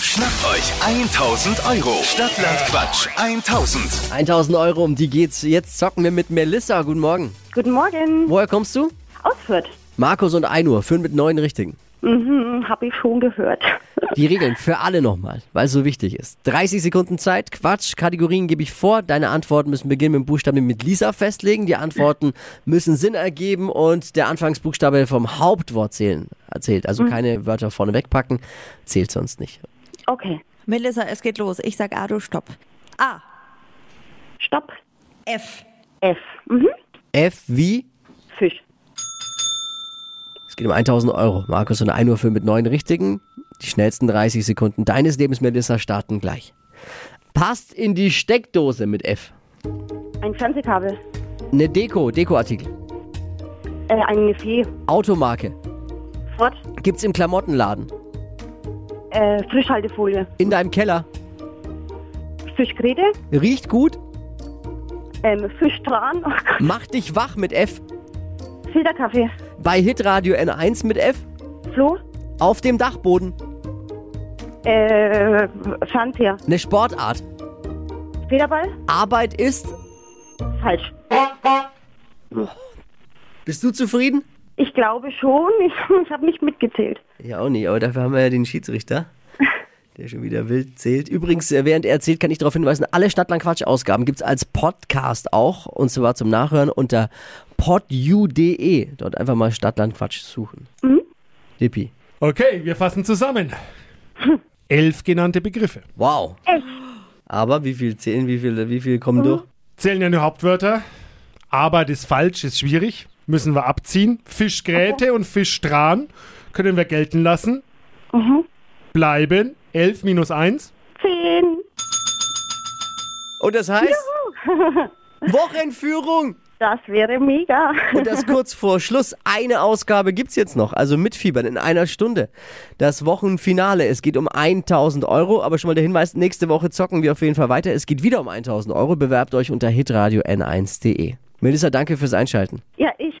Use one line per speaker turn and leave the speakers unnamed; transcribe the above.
Schnappt euch 1000 Euro. Stadtland Quatsch 1000.
1000 Euro, um die geht's. Jetzt zocken wir mit Melissa. Guten Morgen.
Guten Morgen.
Woher kommst du?
Aus Fürth.
Markus und Einur führen mit neun Richtigen.
Mhm, habe ich schon gehört.
Die Regeln für alle nochmal, weil es so wichtig ist. 30 Sekunden Zeit, Quatsch, Kategorien gebe ich vor. Deine Antworten müssen beginnen mit dem Buchstaben den mit Lisa festlegen. Die Antworten müssen Sinn ergeben und der Anfangsbuchstabe vom Hauptwort zählen, erzählt. Also keine Wörter vorne wegpacken, zählt sonst nicht.
Okay.
Melissa, es geht los. Ich sag A, du stopp. A,
Stopp.
F,
F. Mhm.
F wie?
Fisch.
Es geht um 1000 Euro. Markus und Einur führen mit neun Richtigen. Die schnellsten 30 Sekunden deines Lebens, Melissa, starten gleich. Passt in die Steckdose mit F.
Ein Fernsehkabel.
Eine Deko, Dekoartikel.
Äh, ein Gefäß.
Automarke.
Fort.
Gibt's im Klamottenladen.
Äh, Frischhaltefolie.
In deinem Keller.
Fischgräte.
Riecht gut.
Ähm, Fischtran. Oh Gott.
Macht dich wach mit F.
Filterkaffee.
Bei Hitradio N1 mit F.
Flo.
Auf dem Dachboden.
Äh, Fernseher.
Eine Sportart.
Federball.
Arbeit ist.
Falsch.
Bist du zufrieden?
Ich glaube schon. Ich, ich habe nicht mitgezählt.
Ja, auch nicht, aber dafür haben wir ja den Schiedsrichter, der schon wieder wild zählt. Übrigens, äh, während er zählt, kann ich darauf hinweisen, alle Stadtland-Quatsch-Ausgaben gibt es als Podcast auch und zwar zum Nachhören unter podu.de. Dort einfach mal Stadtland-Quatsch suchen. Mhm. Dippi.
Okay, wir fassen zusammen. Elf genannte Begriffe.
Wow. Echt? Mhm. Aber wie viel zählen, wie viele wie viel kommen durch?
Zählen ja nur Hauptwörter. Arbeit ist falsch, ist schwierig. Müssen wir abziehen. Fischgräte und Fischtran können wir gelten lassen. Bleiben. Elf minus eins.
Zehn.
Und das heißt. Wochenführung!
Das wäre mega.
Und das kurz vor Schluss. Eine Ausgabe gibt's jetzt noch, also mitfiebern in einer Stunde. Das Wochenfinale. Es geht um 1000 Euro, aber schon mal der Hinweis, nächste Woche zocken wir auf jeden Fall weiter. Es geht wieder um 1000 Euro. Bewerbt euch unter hitradio n1.de. Melissa, danke fürs Einschalten.
Ja, ich